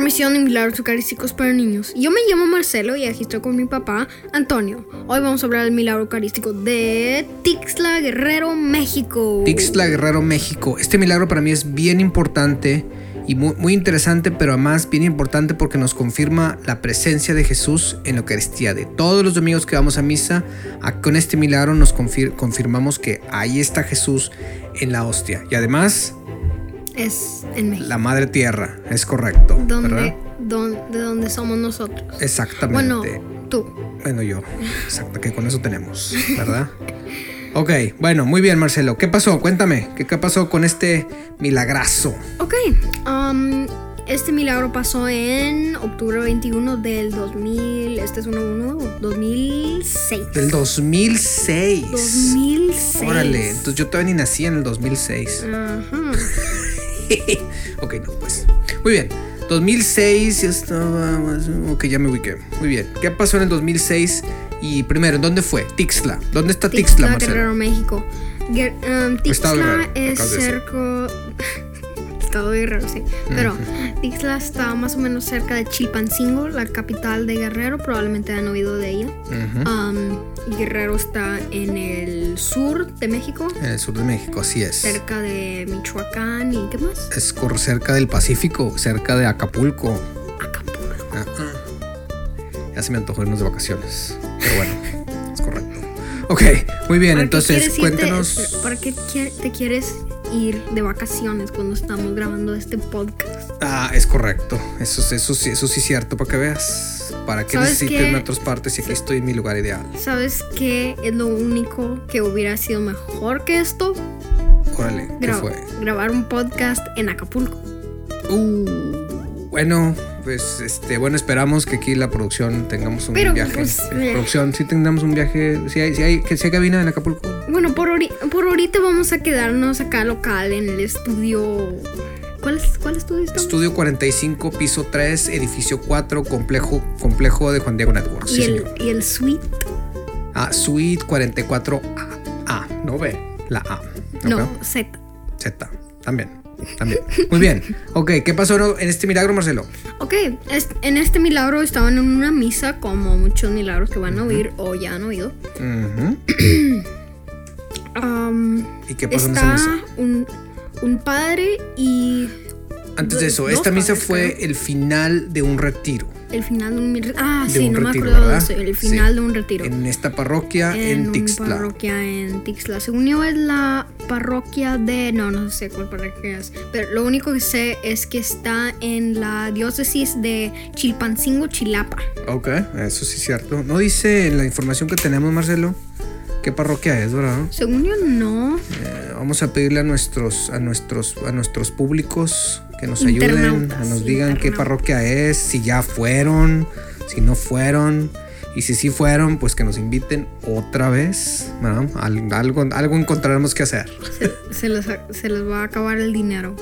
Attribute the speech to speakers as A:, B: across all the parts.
A: misión en milagros eucarísticos para niños. Yo me llamo Marcelo y aquí estoy con mi papá Antonio. Hoy vamos a hablar del milagro eucarístico de Tixla Guerrero, México.
B: Tixla Guerrero, México. Este milagro para mí es bien importante y muy, muy interesante, pero además bien importante porque nos confirma la presencia de Jesús en la Eucaristía. De todos los domingos que vamos a misa, a- con este milagro nos confir- confirmamos que ahí está Jesús en la hostia. Y además,
A: Es en México.
B: la Madre Tierra, es correcto.
A: Donde,
B: ¿verdad?
A: don- de donde somos nosotros.
B: Exactamente.
A: Bueno, tú.
B: Bueno, yo. Exacto, que con eso tenemos, ¿verdad? Ok, bueno, muy bien, Marcelo. ¿Qué pasó? Cuéntame, ¿qué, qué pasó con este milagrazo?
A: Ok, um, este milagro pasó en octubre 21 del 2000, este es uno, uno, 2006.
B: Del 2006.
A: 2006.
B: Órale, entonces yo todavía ni nací en el
A: Ah.
B: 2006.
A: Ajá.
B: ok, no, pues. Muy bien. 2006, ya estaba. más- Ok, ya me ubiqué. Muy bien. ¿Qué pasó en el 2006? Y primero, ¿dónde fue? Tixla. ¿Dónde está Tixla,
A: Tixla,
B: Marcelo?
A: Guerrero, México. Guer- um, Tixla
B: Estado Guerrero,
A: es
B: acabas de decir.
A: cerca... Estado Guerrero, sí. Pero Tixla está más o menos cerca de Chilpancingo, la capital de Guerrero, probablemente han oído de ella.
B: Ujú.
A: Um, y Guerrero está en el sur de México,
B: En el sur de México, así es.
A: cerca de Michoacán y qué más.
B: Es cor- cerca del Pacífico, cerca de Acapulco.
A: Acapulco.
B: Ah, ah. Ya se me antojó irnos de vacaciones. Pero bueno, es correcto. Ok, muy bien,
A: ¿Para qué
B: entonces
A: quieres irte-
B: cuéntanos.
A: espera, ¿Para qué quiere- te quieres ir de vacaciones cuando estamos grabando este podcast?
B: Ah, es correcto. Eso, es- eso, sí- eso sí es cierto, para que veas. ¿Para qué
A: ¿Sabes
B: necesito
A: qué?
B: irme a otras partes si aquí estoy en mi lugar ideal?
A: ¿Sabes qué es lo único que hubiera sido mejor que esto?
B: Órale, ¿qué
A: Gra-
B: fue?
A: Grabar un podcast en Acapulco.
B: Uh, bueno, pues este, bueno, esperamos que aquí la producción tengamos un
A: Pero,
B: viaje.
A: pues,
B: Eh,
A: eh.
B: producción, sí tengamos un viaje. Si hay, si hay, que si hay cabina en Acapulco.
A: Bueno, por, ori- por ahorita vamos a quedarnos acá local en el estudio. ¿Cuál, es- cuál estudio estamos?
B: Estudio 45, piso 3, edificio 4, complejo, complejo de Juan Diego Networks.
A: y,
B: Sí,
A: el,
B: señor.
A: y el suite.
B: Ah, suite 44A. A, no B, la A.
A: No,
B: Ok.
A: Z.
B: Z, también. También. Muy bien. Ok, ¿qué pasó en este milagro, Marcelo?
A: Ok, es- en este milagro estaban en una misa, como muchos milagros que van a oír o ya han oído.
B: Ujú.
A: Am,
B: ¿Y qué pasó en
A: está
B: esa misa?
A: un, un padre y
B: Antes de
A: dos-
B: eso,
A: dos
B: esta misa
A: padres,
B: fue
A: creo.
B: el final de un retiro.
A: el final de un mir- Ah,
B: De
A: sí,
B: un
A: no
B: retiro,
A: me acuerdo
B: ¿verdad?
A: de eso. El final
B: Sí.
A: de un retiro.
B: En esta parroquia, en,
A: una
B: Tixtla.
A: parroquia en Tixla. Según yo es la parroquia de... No, no sé cuál parroquia es. Pero lo único que sé es que está en la diócesis de Chilpancingo, Chilapa.
B: Ok, eso sí es cierto. No dice en la información que tenemos, Marcelo, qué parroquia es, ¿verdad?
A: Según yo no.
B: Eh, vamos a pedirle a nuestros, a nuestros, a nuestros públicos que nos ayuden,
A: Internautas,
B: a nos digan qué
A: internautas.
B: parroquia es, si ya fueron, si no fueron. Y si sí fueron, pues que nos inviten otra vez. ¿verdad? Al- algo, algo encontraremos que hacer.
A: Se, se les, se les va a acabar el dinero.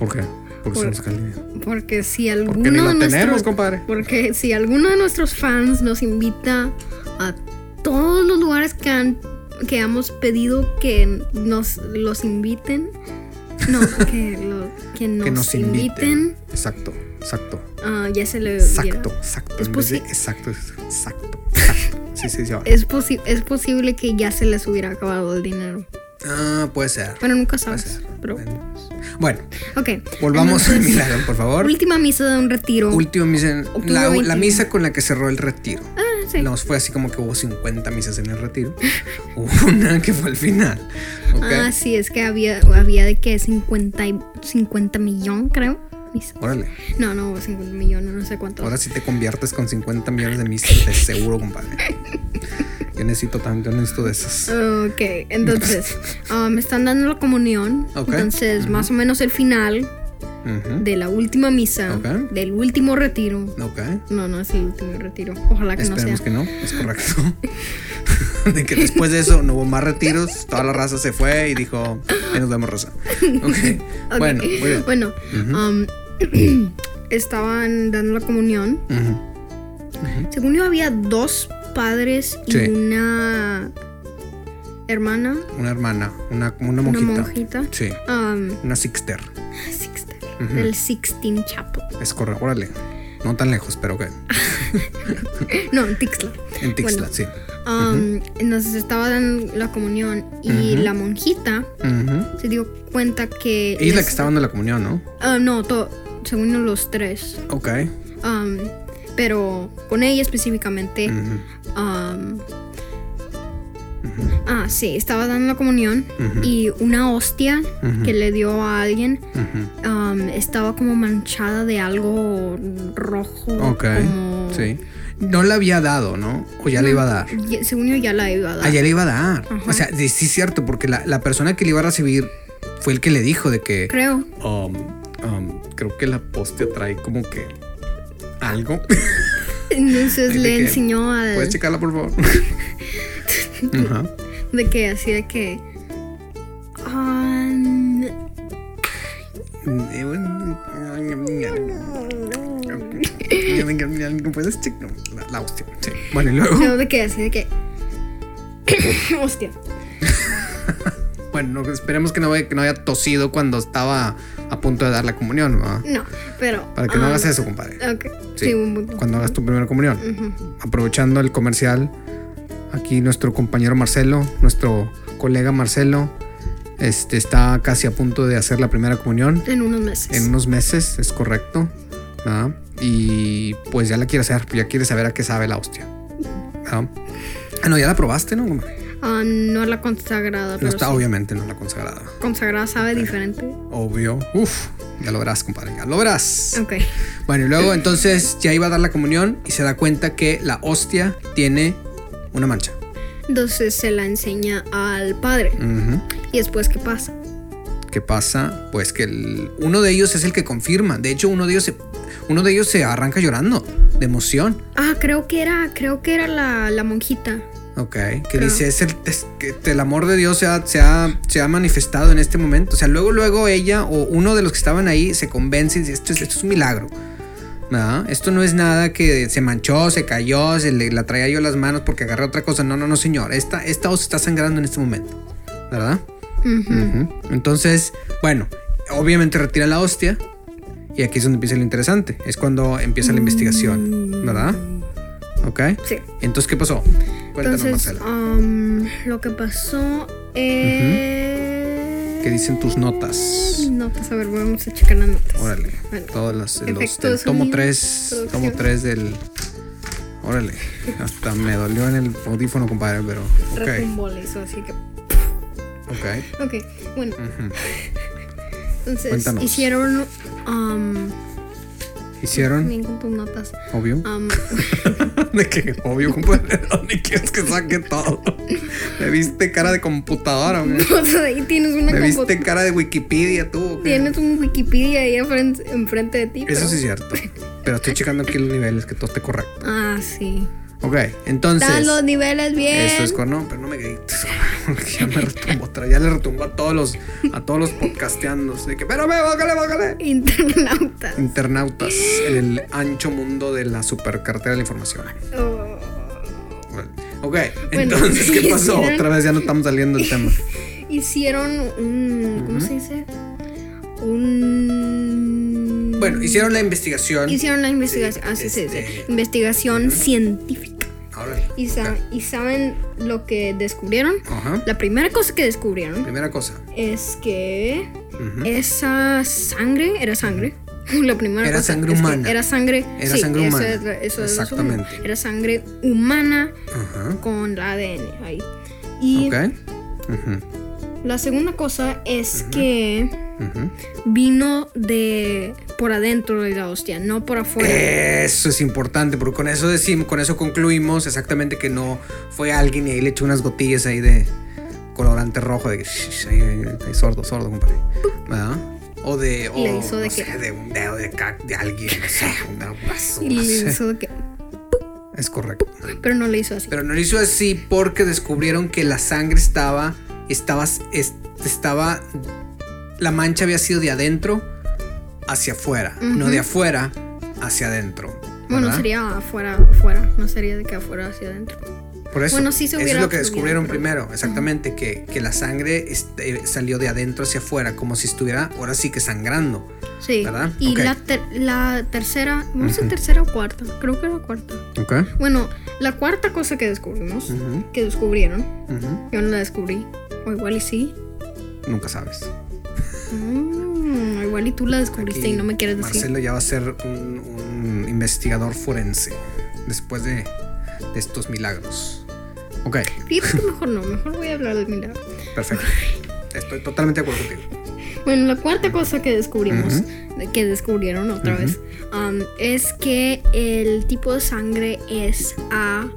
B: ¿Por qué? Porque se
A: Por-
B: nos cae el dinero.
A: Porque si alguno
B: Porque ni lo
A: de nuestros-
B: tenemos, compadre.
A: Porque si alguno de nuestros fans nos invita a todos los lugares que, han, que hemos pedido que nos los inviten, no, que, lo- que nos,
B: Que nos inviten.
A: inviten,
B: Exacto, exacto.
A: ah, ya se le
B: Exacto,
A: olvidó.
B: exacto.
A: Es
B: en vez de-
A: posi-
B: exacto, exacto, exacto. Sí, sí, sí. va.
A: pues Es, posi- es posible que ya se les hubiera acabado el dinero.
B: Ah, puede ser.
A: Bueno, nunca
B: puede
A: sabes.
B: ser.
A: Pero,
B: Bueno,
A: ok.
B: volvamos al
A: Entonces,
B: milagro, por favor.
A: Última misa de un retiro.
B: Último misa,
A: Octubre
B: la, la
A: 21.
B: misa con la que cerró el retiro.
A: Ah, sí.
B: Nos fue así como que hubo 50 misas en el retiro. Hubo una que fue al final. ¿ok?
A: Ah, sí, es que había, había de que 50, y- 50 millón, creo. Mis-
B: Órale,
A: No, no, 50 millones, no sé cuánto.
B: ahora sí te conviertes con 50 millones de misas, de seguro, compadre. Yo necesito tanto, yo necesito de esas.
A: Ok, entonces, ah, me están dando la comunión.
B: Ok.
A: Entonces, más o menos el final
B: Ujú,
A: de la última misa,
B: Ok.
A: del último retiro.
B: Ok,
A: No, no es el último retiro. Ojalá que no
B: esperemos
A: sea.
B: que no, es correcto. De que después de eso no hubo más retiros, toda la raza se fue y dijo, ahí nos vemos raza. Ok,
A: Ok,
B: bueno, muy bien.
A: bueno, am, estaban dando la comunión.
B: Ujú,
A: Según yo, había dos padres y
B: Sí.
A: una hermana,
B: Una hermana, una, una
A: una
B: monjita.
A: monjita.
B: Sí,
A: Am,
B: una sixter.
A: Sixteen, del Sixteen Chapel.
B: Es correcto, órale. No tan lejos, pero que
A: No, en Tixla.
B: en Tixla,
A: Bueno.
B: sí.
A: Um, Nos estaba dando la comunión y la monjita
B: Ujú.
A: se dio cuenta que.
B: Ella es la
A: les-
B: que está dando la comunión, ¿no?
A: Ah, no, to- según los tres.
B: Ok.
A: Um, pero con ella específicamente.
B: Ujú,
A: um, Ah, sí, estaba dando la comunión y una hostia que le dio a alguien
B: ujú.
A: um, estaba como manchada de algo rojo.
B: Ok.
A: como-
B: Sí. No la había dado, ¿no? O ya le iba a dar.
A: Ya- Según yo ya la iba a dar.
B: Ah, ya le iba a dar. O sea, sí, sí es cierto, porque la, la persona que le iba a recibir fue el que le dijo de que.
A: Creo.
B: Um, um, creo que la hostia trae como que algo.
A: Entonces
B: Ay, de
A: le
B: que-
A: enseñó al-
B: ¿Puedes checarla, por favor? Ajá.
A: de que así de que. "Ah, n-
B: ¿Puedes checar? La, la hostia. Sí. Bueno, y luego.
A: No, de que así de que. Hostia.
B: Bueno, no, esperemos que no, haya- que no haya tosido cuando estaba a punto de dar la comunión, ¿verdad?
A: No, pero.
B: Para que no
A: ah,
B: hagas eso, compadre.
A: Ok.
B: Sí,
A: Sí, un buen-
B: cuando hagas tu primera comunión. Aprovechando el comercial, aquí nuestro compañero Marcelo, nuestro colega Marcelo, este, está casi a punto de hacer la primera comunión
A: en unos meses.
B: en unos meses, es correcto. ¿verdad? Y pues ya la quiere hacer, ya quiere saber a qué sabe la hostia. ¿verdad? Ah, no, ya la probaste, ¿no? No
A: Ah, no la consagrada, pero
B: está,
A: sí.
B: obviamente, no la consagrada.
A: Consagrada sabe diferente.
B: Obvio. Uf, ya lo verás, compadre, ya lo verás.
A: Ok.
B: Bueno, y luego entonces ya iba a dar la comunión y se da cuenta que la hostia tiene una mancha.
A: Entonces se la enseña al padre.
B: Ujú.
A: ¿Y después qué pasa?
B: ¿Qué pasa? Pues que el- uno de ellos es el que confirma. De hecho, uno de ellos se, uno de ellos se arranca llorando de emoción.
A: Ah, creo que era, creo que era la, la monjita.
B: Ok, que dice, es el, es que el amor de Dios se ha, se ha- se ha manifestado en este momento. O sea, luego, luego ella o uno de los que estaban ahí se convence y dice, esto es, esto es un milagro. ¿verdad? Esto no es nada que se manchó, se cayó, se le- la traía yo las manos porque agarré otra cosa. No, no, no, señor. Esta, esta hoz está sangrando en este momento. ¿Verdad?
A: Ujú.
B: Ujú. Entonces, bueno, obviamente retira la hostia. Y aquí es donde empieza lo interesante. Es cuando empieza la investigación, ¿verdad? Ok.
A: Sí.
B: Entonces, ¿qué pasó? Cuéntanos,
A: Entonces,
B: Marcela.
A: um, lo que pasó es...
B: ¿Qué dicen tus notas?
A: Notas, pues, a ver, vamos a checar las notas.
B: Órale.
A: Bueno.
B: Todos los, los
A: Efectos
B: del tomo
A: sonido,
B: 3. Tomo
A: producción.
B: 3 del. Órale. Hasta me dolió en el audífono, compadre, pero. Ok.
A: Retumbó, le hizo así que...
B: Ok.
A: Ok, bueno. Entonces,
B: Cuéntanos.
A: hicieron... Um,
B: ¿Hicieron?
A: bien con tus notas.
B: Obvio.
A: Um,
B: De que, obvio, compadre. ¿Dónde quieres que saque todo? Me viste cara de computadora, güey.
A: o sea, ahí tienes una
B: Me
A: compu-
B: viste cara de Wikipedia tú. o qué?
A: Tienes un Wikipedia ahí enfrente, enfrente de ti.
B: Eso
A: pero-
B: sí es cierto. Pero estoy checando aquí los niveles, que todo esté correcto.
A: Ah, sí.
B: Ok, entonces.
A: Están los niveles bien.
B: Eso es con no, pero no me grites, porque ya me retumbó otra, ya le retumbó a todos los, a todos los podcasteandos. De que, espérame, bájale, bájale.
A: Internauta.
B: Internautas en el ancho mundo de la supercartera de la información.
A: Oh.
B: Ok, entonces, ¿qué pasó?
A: hicieron-
B: Otra vez ya no estamos saliendo del tema.
A: Hicieron un. ¿Cómo se dice? Un.
B: Bueno, hicieron la investigación.
A: Hicieron la investigación. ah, Así se dice.
B: este-
A: Investigación científica.
B: Órale.
A: Y, sa- y saben lo que descubrieron.
B: Ajá.
A: La primera cosa que descubrieron
B: Primera cosa.
A: es que
B: Ujú.
A: esa sangre era sangre. La primera
B: Era
A: cosa
B: sangre
A: es que
B: humana.
A: Era sangre.
B: Era
A: sí,
B: sangre
A: eso
B: humana.
A: es la- eso es lo segundo.
B: Exactamente.
A: era sangre humana
B: Ajá.
A: con la ADN ahí. Y
B: Ok. Ujú,
A: la segunda cosa es que
B: ujú.
A: vino de por adentro de la hostia, no por
B: Eh,
A: afuera.
B: Eso es importante, porque con eso decimos, con eso concluimos exactamente que no fue alguien y ahí le echó unas gotillas ahí de colorante rojo, de que shh, ahí, ahí, ahí, sordo, sordo, compadre. ¿Verdad? O de, o,
A: Le hizo de
B: no
A: que-
B: sé, de un dedo de, ca- de alguien, no sé, un dedo, brazo,
A: y
B: no
A: le
B: sé.
A: hizo de que,
B: Es correcto.
A: pero no le hizo así.
B: Pero no lo hizo así porque descubrieron que la sangre estaba, estaba, es- estaba, la mancha había sido de adentro hacia afuera, no de afuera hacia adentro.
A: Bueno,
B: ¿verdad?
A: sería afuera, afuera. No sería de que afuera hacia adentro.
B: Por eso,
A: Bueno, sí se
B: eso es
A: hubiera
B: lo que
A: fluido,
B: descubrieron
A: pero-
B: primero, exactamente, que, que la sangre este, salió de adentro hacia afuera, como si estuviera ahora sí que sangrando.
A: Sí.
B: ¿Verdad?
A: Y
B: Ok.
A: la, ter- la tercera, no sé, tercera o cuarta. Creo que era cuarta.
B: Ok.
A: Bueno, la cuarta cosa que descubrimos,
B: Ujú.
A: que descubrieron,
B: Ujú.
A: yo no la descubrí. O igual y sí.
B: Nunca sabes.
A: Mm, igual y tú la descubriste y no me quieres decir.
B: Marcelo ya va a ser un, un investigador forense después de, de estos milagros. Ok,
A: Fíjate que mejor no, mejor voy a hablar del milagro.
B: perfecto. Estoy totalmente de acuerdo contigo.
A: Bueno, la cuarta cosa que descubrimos, que descubrieron otra vez, um, es que el tipo de sangre es A,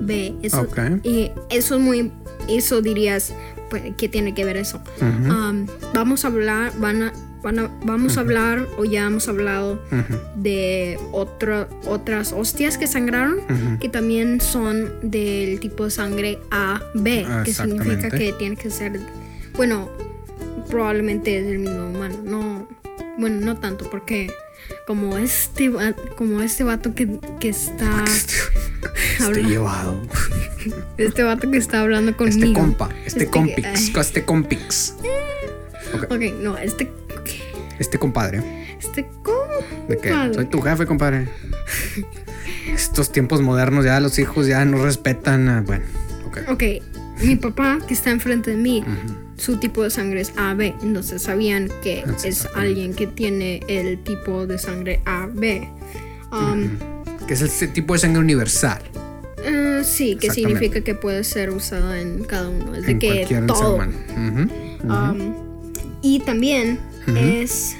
A: B. Eso,
B: Ok.
A: Y eso es muy, eso dirías, pues, ¿qué tiene que ver eso?
B: Ujú,
A: Um, vamos a hablar, van a, van a- vamos a hablar, o ya hemos hablado
B: ujú,
A: de otro- otras hostias que sangraron,
B: ujú.
A: que también son del tipo de sangre AB,
B: Ah,
A: que significa
B: exactamente.
A: que tiene que ser, bueno, probablemente es del mismo humano, no, bueno, no tanto, porque como este, va- como este vato que, que está,
B: Estoy
A: Ah, habla-
B: llevado.
A: este vato que está hablando conmigo.
B: Este compa, este,
A: Este-
B: compix,
A: ay.
B: este compix,
A: Ok, no, este,
B: este compadre.
A: este, ¿cómo?
B: De que
A: compadre?
B: soy tu jefe, compadre. Estos tiempos modernos ya los hijos ya no respetan. ah, Bueno, ok.
A: Ok, mi papá que está enfrente de mí,
B: Ujú. Ah,
A: su tipo de sangre es AB, entonces sabían que
B: Exacto.
A: es alguien que tiene el tipo de sangre AB. Um,
B: Que es ese tipo de sangre universal.
A: eh, sí, que
B: Exactamente.
A: significa que puede ser usada en cada uno, es de
B: en
A: que
B: cualquier ser
A: todo.
B: humano. Ujú.
A: Um, y también es,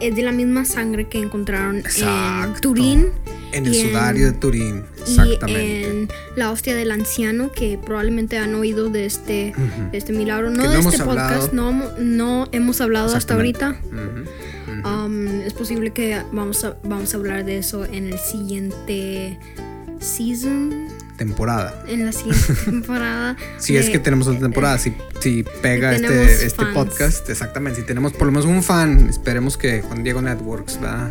A: es de la misma sangre que encontraron en
B: Exacto.
A: Turín
B: En el
A: y en-
B: sudario de Turín,
A: y
B: exactamente.
A: en la hostia del anciano que probablemente han oído de este, de este milagro, no
B: Que no
A: de
B: hemos
A: este podcast,
B: hablado.
A: no, hemo- no hemos hablado hasta
B: Exactamente.
A: ahorita.
B: Ujú.
A: Um, es posible que vamos a, vamos a hablar de eso en el siguiente season,
B: Temporada.
A: en la siguiente temporada.
B: Si
A: de-
B: es que tenemos otra temporada, si, si pega
A: y
B: este,
A: eh, tenemos
B: este
A: fans.
B: podcast, exactamente. Si tenemos por lo menos un fan, esperemos que Juan Diego Networks ¿verdad?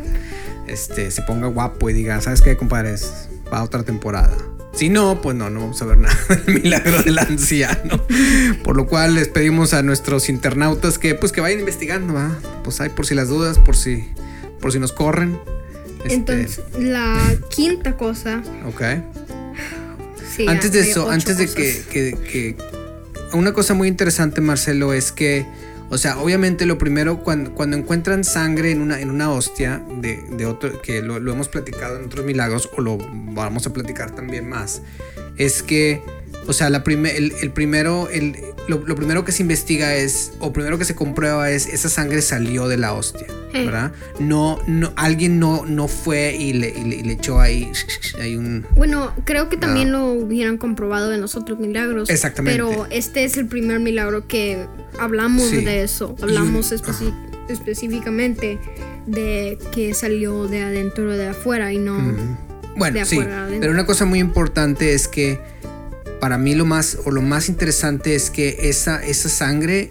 B: Este, se ponga guapo y diga, ¿sabes qué, compadres? Va a otra temporada. Si no, pues no, no vamos a ver nada del milagro del anciano. Por lo cual les pedimos a nuestros internautas que pues que vayan investigando, ¿verdad? Pues hay por si las dudas, por si, por si nos corren. Este,
A: Entonces, la quinta cosa.
B: ok.
A: sí,
B: Antes de
A: hay
B: eso,
A: ocho
B: antes de que,
A: cosas.
B: que- que- Una cosa muy interesante, Marcelo, es que... O sea, obviamente lo primero, cuando, cuando encuentran sangre en una, en una hostia de, de otro... Que lo, lo hemos platicado en otros milagros o lo vamos a platicar también más. Es que... O sea, la prime- el, el primero, el, lo, lo primero que se investiga es, o primero que se comprueba es, esa sangre salió de la hostia,
A: Hey.
B: ¿verdad? No, no, alguien no, no fue y le, y le- y le echó ahí, ahí un,
A: Bueno, creo que también lo hubieran comprobado en los otros milagros.
B: Ah. Exactamente.
A: Pero este es el primer milagro que hablamos
B: Sí.
A: de eso. Hablamos especi- específicamente de que salió de adentro o de afuera y no.
B: Bueno,
A: De
B: sí.
A: afuera adentro.
B: Pero una cosa muy importante es que para mí lo más o lo más interesante es que esa, esa sangre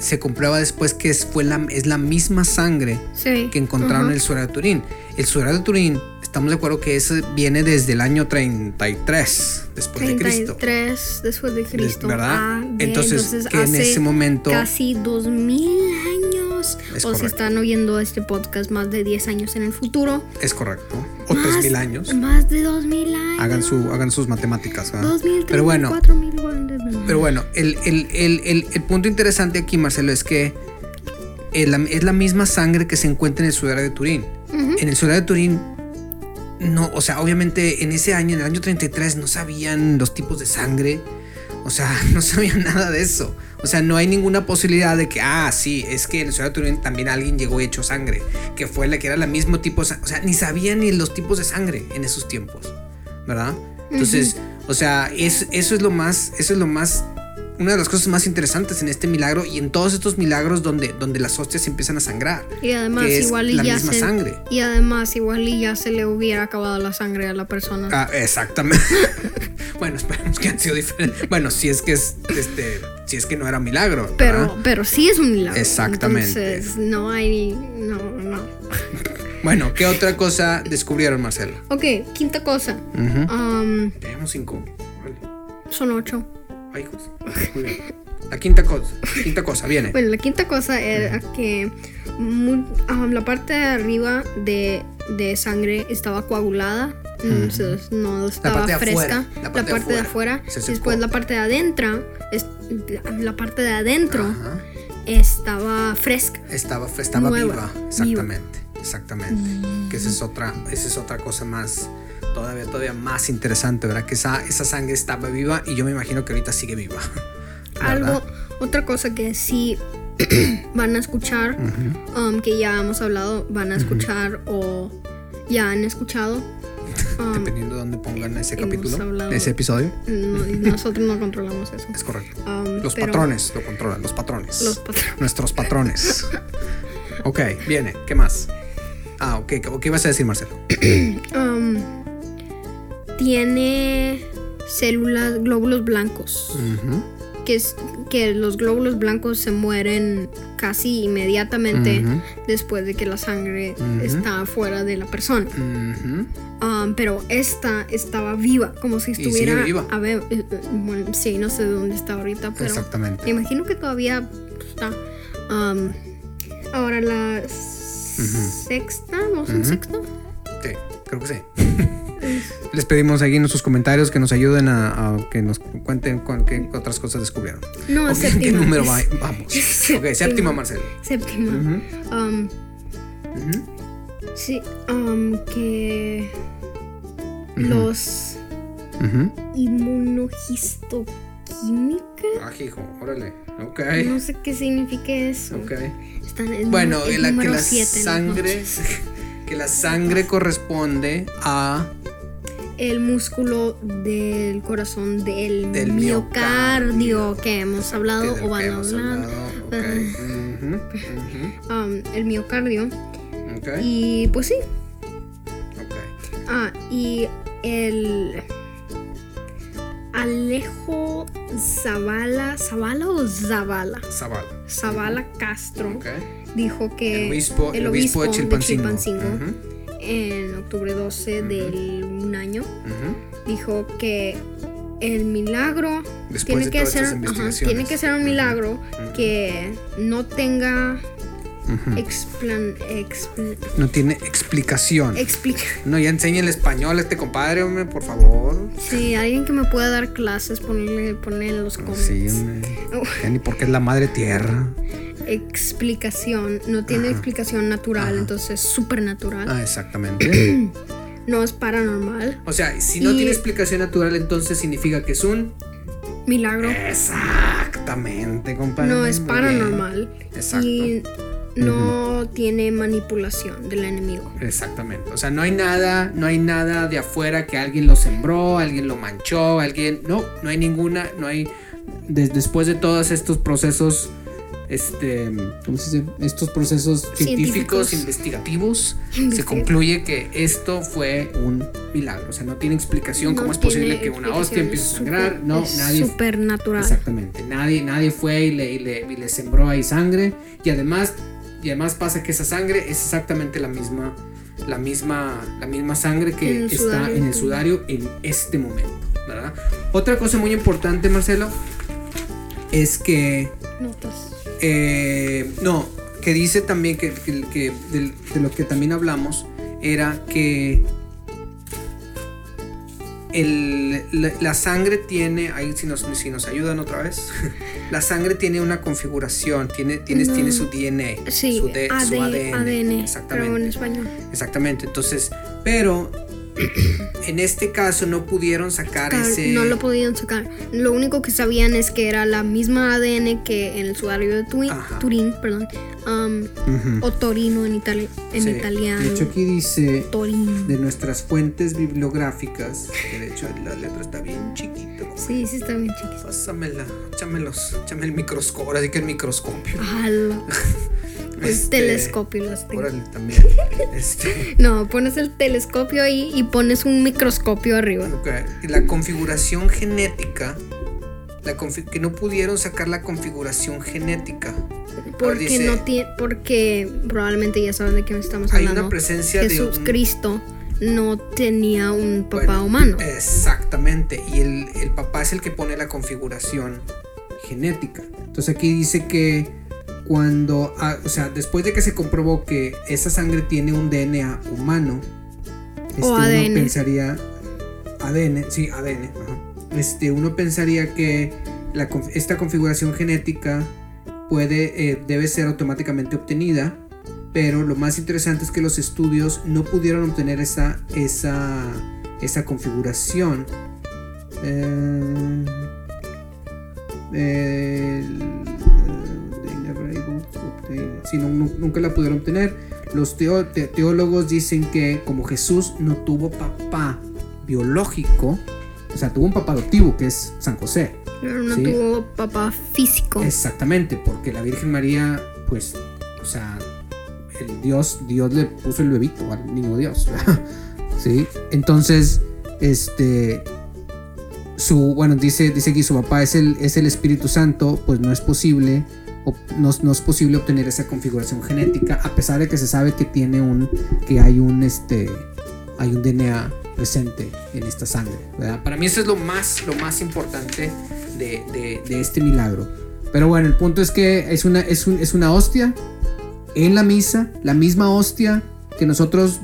B: se comprueba después que es, fue la, es la misma sangre
A: Sí.
B: que encontraron
A: Ajá.
B: en el suero de Turín. El suero de Turín, estamos de acuerdo que ese viene desde el año 33 después de Cristo.
A: 33 después de Cristo.
B: ¿Verdad?
A: Ah, bien,
B: Entonces, que en
A: hace
B: ese momento-
A: Casi 2000 años. o
B: Es
A: si
B: correcto.
A: están oyendo este podcast más de 10 años en el futuro.
B: Es correcto. O
A: Más-
B: 3000 años.
A: Más de 2000 años.
B: Hagan, su, hagan sus matemáticas. ¿verdad?
A: 2000,
B: Pero bueno,
A: 4000,
B: Pero bueno, el, el- el- el- el punto interesante aquí, Marcelo, es que es la, es la misma sangre que se encuentra en el sudario de Turín. En el sudario de Turín, no, o sea, obviamente en ese año, en el año 33, no sabían los tipos de sangre. O sea, no sabían nada de eso. O sea, no hay ninguna posibilidad de que, ah, sí, es que en el sudario de Turín también alguien llegó y echó sangre. Que fue la que era la mismo tipo de sang- O sea, ni sabían ni los tipos de sangre en esos tiempos. ¿Verdad? Entonces, o sea, es, eso es lo más, eso es lo más una de las cosas más interesantes en este milagro y en todos estos milagros donde, donde las hostias empiezan a sangrar.
A: Y además,
B: que es
A: igual y
B: la
A: ya
B: misma
A: se,
B: sangre.
A: Y además, igual y ya se le hubiera acabado la sangre a la persona.
B: Ah, exactamente. bueno, esperemos que han sido diferentes. Bueno, si es que es, este, si es que no era milagro. ¿verdad?
A: pero, pero sí es un milagro.
B: Exactamente.
A: Entonces, no hay. No, no.
B: Bueno, ¿qué otra cosa descubrieron, Marcelo?
A: Ok, quinta cosa.
B: Ujú.
A: Am,
B: Tenemos cinco. Órale.
A: son ocho.
B: Ay, hijos. Muy bien. La quinta cosa. Quinta cosa, viene.
A: Bueno, Pues, la quinta cosa era que mu- am, la parte de arriba de, de sangre estaba coagulada. Entonces no estaba
B: parte de
A: fresca.
B: afuera, la parte de
A: de
B: afuera.
A: afuera.
B: Se secó.
A: Después la parte de adentro. es- la parte de adentro
B: Ajá.
A: estaba fresca.
B: Estaba, estaba
A: Nueva,
B: viva. Exactamente. Exactamente. Que esa es otra, esa es otra cosa más. Todavía, todavía más interesante, ¿verdad? Que esa, esa sangre estaba viva y yo me imagino que ahorita sigue viva.
A: Algo,
B: ¿Verdad?
A: otra cosa que sí van a escuchar, um, que ya hemos hablado, van a escuchar o ya han escuchado. um,
B: Dependiendo de dónde pongan ese
A: hemos
B: capítulo,
A: hablado-
B: ese episodio.
A: no- nosotros no controlamos eso.
B: Es correcto.
A: Um,
B: Los
A: pero
B: patrones lo controlan, los patrones.
A: Los patrones.
B: Nuestros patrones. ok, viene. ¿Qué más? Ah, ok. ¿Qué, qué ibas a decir, Marcelo?
A: um, tiene células, glóbulos blancos,
B: Ujú.
A: que, es, que los glóbulos blancos se mueren casi inmediatamente después de que la sangre está fuera de la persona.
B: Ujú.
A: Um, pero esta estaba viva, como si
B: Y sigue
A: estuviera.
B: viva.
A: A ver, eh, eh, bueno, sí, no sé dónde está ahorita, pero.
B: Exactamente.
A: Me imagino que todavía está. Um, ahora la sexta, ¿vamos en sexta?
B: Sí, creo que sí. Les pedimos aquí en sus comentarios que nos ayuden a, a que nos cuenten con qué otras cosas descubrieron.
A: No,
B: Ok,
A: séptima.
B: ¿Qué número
A: es
B: va? Vamos.
A: séptima.
B: Ok, séptima, Marcelo.
A: Séptima. Um,
B: Ujú.
A: sí, um, que. Los
B: Ujú.
A: inmunohistoquímica.
B: Ah, hijo, órale. Ok.
A: No sé qué significa eso.
B: Ok.
A: Están en
B: Bueno,
A: el
B: que la, que
A: número
B: la
A: siete, ¿no?
B: sangre. Que la sangre corresponde a.
A: el músculo del corazón del,
B: Del
A: miocardio,
B: miocardio.
A: que hemos hablado
B: del
A: o van
B: que
A: a
B: hemos
A: hablar.
B: hablado. Ok. Ujú,
A: Um, el miocardio.
B: ujú. Ok,
A: Y pues sí.
B: ok.
A: Ah, y el Alejo Zavala. ¿Zavala o Zavala?
B: Zavala.
A: Zavala Castro
B: Ok.
A: dijo que
B: El obispo,
A: eh, el
B: el obispo de
A: obispo
B: Chilpancingo.
A: Chilpancingo,
B: Ujú,
A: en octubre 12 del un año
B: ujú.
A: dijo que el milagro
B: Después
A: tiene
B: de
A: que
B: todas
A: ser
B: estas
A: ajá,
B: investigaciones.
A: tiene que ser un milagro que no tenga explan- expl-
B: No tiene explicación.
A: explica
B: no, ya enseña el español a este compadre, hombre, por favor.
A: sí alguien que me pueda dar clases ponerle ponerle en los comments
B: Sí, hombre.
A: Oh.
B: Ya ni porque es la madre tierra.
A: explicación no tiene explicación natural entonces supernatural
B: Ah, exactamente.
A: no es paranormal
B: o sea, si no
A: Y-
B: tiene explicación natural, entonces significa que es un.
A: milagro
B: Eh, Exactamente, compadre.
A: no es
B: Muy
A: paranormal
B: Exacto.
A: y no tiene manipulación del enemigo
B: bien. Exactamente. O sea, no hay nada, no hay nada de afuera que alguien lo sembró, alguien lo manchó, alguien. No, no hay ninguna, no hay. des- después de todos estos procesos, este, ¿cómo se dice? Estos procesos científicos,
A: Científicos.
B: investigativos, se
A: Investiga-
B: concluye que esto fue un milagro. O sea, no tiene explicación
A: No
B: cómo es posible
A: tiene
B: que una hostia
A: explicación,
B: empiece a
A: es
B: sangrar.
A: super-
B: No,
A: es
B: nadie.
A: Supernatural.
B: Exactamente. Nadie, nadie fue y le, y le- y le sembró ahí sangre. Y además, y además pasa que esa sangre es exactamente la misma, la misma, la misma sangre que
A: En el
B: está
A: sudario.
B: en el sudario en este momento. ¿verdad? Otra cosa muy importante, Marcelo, es que
A: Notas.
B: eh, no, que dice también que, que- que del- de, lo que también hablamos era que el- la, la sangre tiene, ahí si nos, si nos ayudan otra vez, la sangre tiene una configuración, tiene, tiene,
A: No.
B: tiene su DNA,
A: Sí,
B: su, de-
A: AD,
B: su ADN,
A: ADN, pero en
B: exactamente.
A: español.
B: Exactamente, entonces, pero en este caso no pudieron sacar
A: Claro,
B: ese...
A: No lo podían sacar. Lo único que sabían es que era la misma ADN que en el sudario de Turín,
B: Ajá.
A: Turín perdón, um,
B: Ujú.
A: o Torino en, itali- en
B: Sí.
A: italiano.
B: De hecho aquí dice,
A: Torino.
B: de nuestras fuentes bibliográficas, que de hecho la letra está bien chiquita. ¿no?
A: Sí, sí, está bien chiquito.
B: Pásamela, échamelos, échame el microscopio, ahora sí que el microscopio.
A: Ah, Ojalá. El
B: Este,
A: telescopio las tengo.
B: Órale, también. Este,
A: No, pones el telescopio ahí y pones un microscopio arriba.
B: ok, La configuración genética, la confi- que no pudieron sacar la configuración genética.
A: Porque
B: dice-
A: no tiene, porque probablemente ya saben de qué estamos
B: Hay
A: hablando.
B: una presencia de
A: Jesús
B: un-
A: Cristo no tenía un papá
B: Bueno,
A: humano.
B: Exactamente, y el, el papá es el que pone la configuración genética. Entonces aquí dice que cuando, ah, o sea, después de que se comprobó que esa sangre tiene un DNA humano, este,
A: O
B: uno
A: ADN.
B: pensaría ADN, sí, ADN, ajá. este, uno pensaría que la conf- esta configuración genética puede, eh, debe ser automáticamente obtenida, pero lo más interesante es que los estudios no pudieron obtener esa, esa, esa configuración. Eh, el- they never able to obtain- sí, no- nu- nunca la pudieron obtener. Los teo- te- teólogos dicen que como Jesús no tuvo papá biológico, o sea, tuvo un papá adoptivo que es San José.
A: Pero no
B: sí.
A: tuvo papá físico.
B: Exactamente, porque la Virgen María, pues, o sea, el Dios, Dios le puso el bebito al niño Dios. sí, entonces, este, su, bueno, dice, dice que su papá es el, es el Espíritu Santo, pues no es posible, ob- no, no es posible obtener esa configuración genética, a pesar de que se sabe que tiene un, que hay un, este, hay un DNA presente en esta sangre, ¿verdad? Para mí eso es lo más, lo más importante de, de- de este milagro. Pero bueno, el punto es que es una, es, un- es una hostia en la misa, la misma hostia que nosotros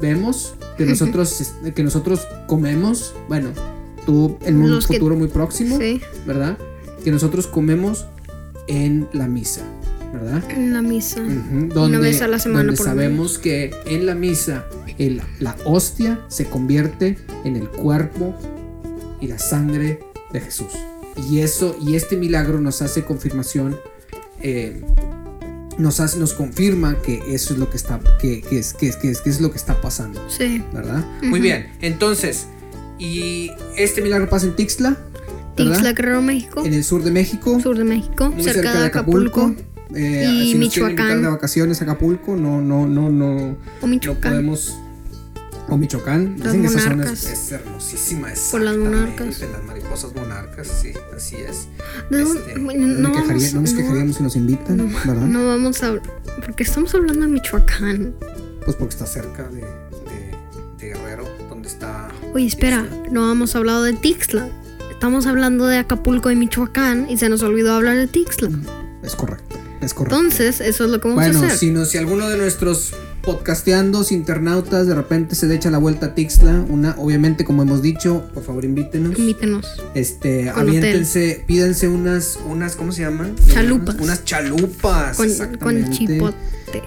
B: vemos, que nosotros, que nosotros comemos, bueno, tú en un
A: Los que-
B: futuro muy próximo,
A: Sí,
B: ¿verdad? Que nosotros comemos en la misa, ¿verdad?
A: en la misa.
B: Ujú, donde,
A: vez a la semana
B: donde
A: por lo
B: sabemos que en la misa el- la hostia se convierte en el cuerpo y la sangre de Jesús. Y eso y este milagro nos hace confirmación, eh, nos hace, nos confirma que eso es lo que está que, que es, que, es, que es- que es lo que está pasando,
A: Sí.
B: ¿verdad? Muy
A: Ujú.
B: bien. Entonces, y este milagro pasa en Tixla, ¿verdad?
A: Tixla Guerrero, México.
B: en el sur de México
A: Sur de México.
B: muy
A: cerca, de Acapulco.
B: Eh,
A: y
B: si nos
A: Michoacán.
B: quieren invitar de vacaciones a Acapulco, no, no, no, no,
A: O
B: no
A: Michoacán.
B: podemos. O Michoacán,
A: Las
B: dicen que esa zona es,
A: monarcas.
B: es hermosísima.
A: Por las
B: exactamente,
A: monarcas.
B: Las mariposas monarcas, sí, así es.
A: ¿De dónde-
B: Este,
A: bueno,
B: No,
A: no,
B: nos quejaría-
A: vamos,
B: no nos
A: no-
B: quejaríamos si nos invitan,
A: no-
B: ¿verdad?
A: no vamos a... Porque estamos hablando de Michoacán.
B: Pues porque está cerca de, de- de Guerrero, donde está.
A: Oye, espera, no hemos hablado de Tixla. Estamos hablando de Acapulco y Michoacán y se nos olvidó hablar de Tixla.
B: este, Es correcto, es correcto.
A: Entonces, eso es lo que vamos a
B: Mm. Bueno,
A: hacer.
B: si, no- si alguno de nuestros podcasteandos, internautas, de repente se le echa la vuelta a Tixla, una, obviamente, como hemos dicho, por favor invítenos.
A: Invítenos.
B: Este,
A: Con
B: aviéntense, pídanse unas, unas, ¿cómo se llaman?
A: Chalupas.
B: Unas chalupas.
A: Con,
B: exactamente.
A: con chipote.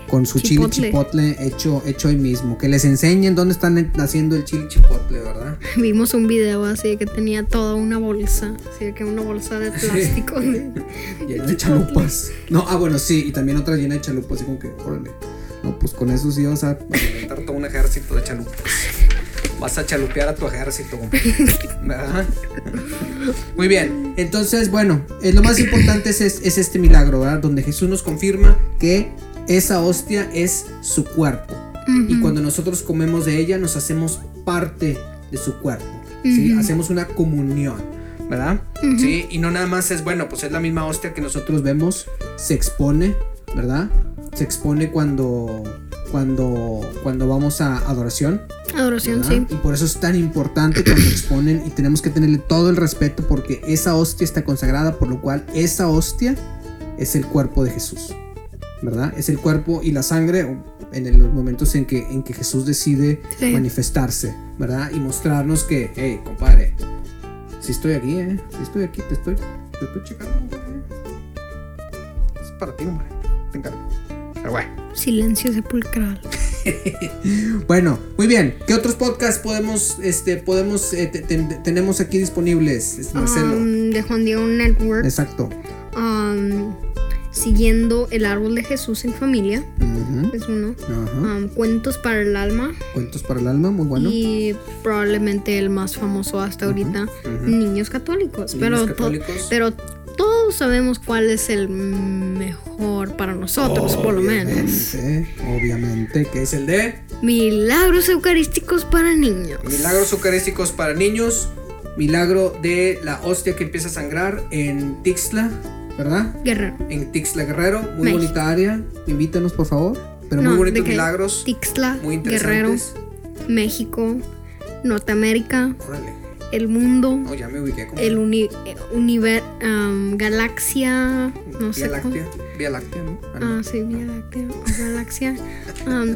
B: Con su chili chipotle hecho, hecho ahí mismo. Que les enseñen dónde están haciendo el chili chipotle, ¿verdad?
A: Vimos un video así que tenía toda una bolsa. Así que una bolsa de plástico.
B: Llena de chalupas. No, ah, bueno, sí, y también otra llena de chalupas, así como que, órale. No, pues con eso sí vas a alimentar todo un ejército de chalupas. Vas a chalupear a tu ejército, ¿verdad? Muy bien, entonces, bueno, eh, lo más importante es, es- es este milagro, ¿verdad? Donde Jesús nos confirma que esa hostia es su cuerpo. Y cuando nosotros comemos de ella, nos hacemos parte de su cuerpo. ¿sí? Hacemos una comunión, ¿verdad? Sí, y no nada más es, bueno, pues es la misma hostia que nosotros vemos, se expone, ¿verdad? Se expone cuando, cuando, cuando vamos a adoración.
A: Adoración,
B: ¿verdad?
A: sí.
B: Y por eso es tan importante cuando exponen y tenemos que tenerle todo el respeto porque esa hostia está consagrada, por lo cual esa hostia es el cuerpo de Jesús, ¿verdad? Es el cuerpo y la sangre o en el- los momentos en que, en que Jesús decide
A: Sí.
B: manifestarse, ¿verdad? Y mostrarnos que, hey, compadre, si estoy aquí, ¿eh? Si estoy aquí, te estoy, te estoy checando, güey. Es para ti, hombre. Te encargo. Pero bueno.
A: Silencio sepulcral.
B: Bueno, muy bien. ¿Qué otros podcasts podemos, este, podemos, eh, te- te- tenemos aquí disponibles, este, Marcelo?
A: Um, de Juan Diego Network.
B: Exacto.
A: Um, siguiendo el árbol de Jesús en familia.
B: Ujú,
A: Es uno.
B: ajá.
A: Um, cuentos para el alma.
B: Cuentos para el alma, muy bueno.
A: Y probablemente el más famoso hasta ahorita, Niños Católicos.
B: Niños
A: pero, to-
B: Católicos.
A: pero todos sabemos cuál es el mejor para nosotros, por lo menos.
B: Obviamente, obviamente, que es el de
A: Milagros Eucarísticos para Niños.
B: Milagros Eucarísticos para Niños. Milagro de la hostia que empieza a sangrar en Tixla, ¿verdad?
A: Guerrero.
B: En Tixla Guerrero, muy
A: México.
B: bonita área. Invítanos, por favor. Pero muy
A: No,
B: bonitos
A: de que
B: milagros,
A: Tixla,
B: muy
A: Guerrero,
B: interesantes.
A: México, Norteamérica,
B: Órale.
A: el mundo,
B: No, ya me ubiqué como
A: el uni- eh, univer- am, galaxia, no sé
B: Vía
A: cómo.
B: Láctea. Vía Láctea, ¿no? Ah, no.
A: Ah, sí, Vía Láctea, o galaxia. am,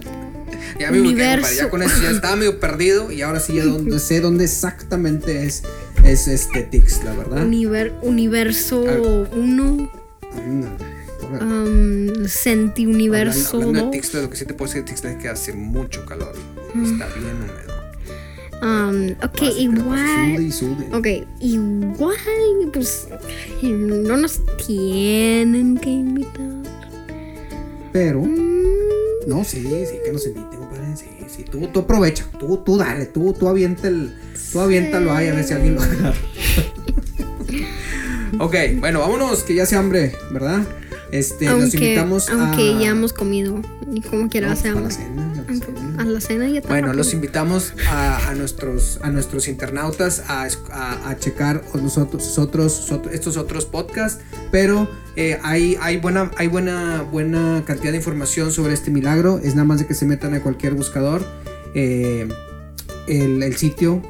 B: Ya me ubiqué, compadre,
A: Universo.
B: ya con eso ya estaba medio perdido y ahora sí ya dónde- sé dónde exactamente es, es este Tix, la verdad.
A: univer- universo
B: Ah.
A: 1,
B: Anda,
A: Ah,
B: órale.
A: Sentiuniverso
B: Hablando, hablando de
A: 2.
B: Tixla, lo que sí te puedo decir de Tixla es que hace mucho calor.
A: Mm.
B: Está bien húmedo.
A: am, ok,
B: Vas y te la pasas,
A: igual.
B: Sube y sube.
A: Ok, igual, pues no nos tienen que invitar.
B: Pero,
A: Mm,
B: no, sí, sí, que nos inviten, compadre. Sí, sí. Tú, tú aprovecha, tú, tú dale, tú, tú avienta el, tú aviéntalo ahí a ver si alguien lo agarra. ok, bueno, vámonos, que ya hace hambre, ¿verdad? Este, nos
A: aunque,
B: invitamos
A: aunque
B: a.
A: ya hemos comido y como quiera
B: No, pues, a la
A: hacemos
B: cena, a la cena.
A: a la cena ya está
B: Bueno,
A: rápido.
B: los invitamos a, a nuestros, a nuestros internautas a, es- a- a checar los otros, sus otros- sus otros- estos otros podcasts, pero eh, hay, hay, buena, hay buena, buena cantidad de información sobre este milagro. Es nada más de que se metan a cualquier buscador. eh, el, el sitio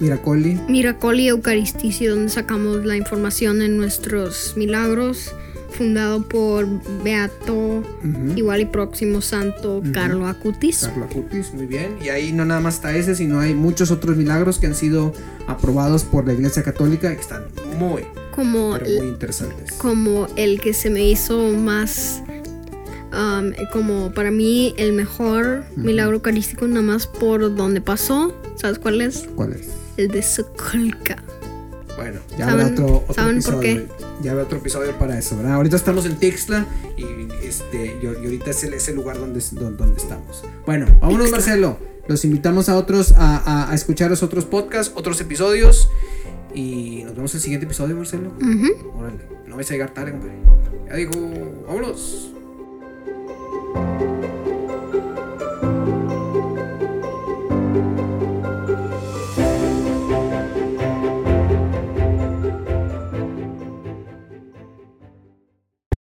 B: Miracoli.
A: Miracoli Eucaristicio donde sacamos la información en nuestros milagros fundado por Beato
B: Ujú.
A: igual y próximo santo Carlo Acutis
B: Carlo Acutis, muy bien. Y ahí no nada más está ese, sino hay muchos otros milagros que han sido aprobados por la Iglesia Católica y que están muy,
A: como
B: pero muy interesantes.
A: como el que se me hizo más um, como para mí el mejor milagro eucarístico nada más por donde pasó ¿sabes cuál es?
B: ¿Cuál es?
A: el de Sokolka
B: Bueno, ya
A: ¿Saben-
B: habrá otro, otro
A: saben por
B: episodio. Ya habrá otro episodio para eso, ¿verdad? Ahorita estamos en Tixla y, este, y ahorita es el, es el lugar donde, donde, donde estamos. Bueno, vámonos,
A: Tixla.
B: Marcelo. Los invitamos a otros a, a- a escuchar los otros podcasts, otros episodios. Y nos vemos en el siguiente episodio, Marcelo.
A: Ujú.
B: Órale, no vais a llegar tarde, compadre. Ya dijo, vámonos.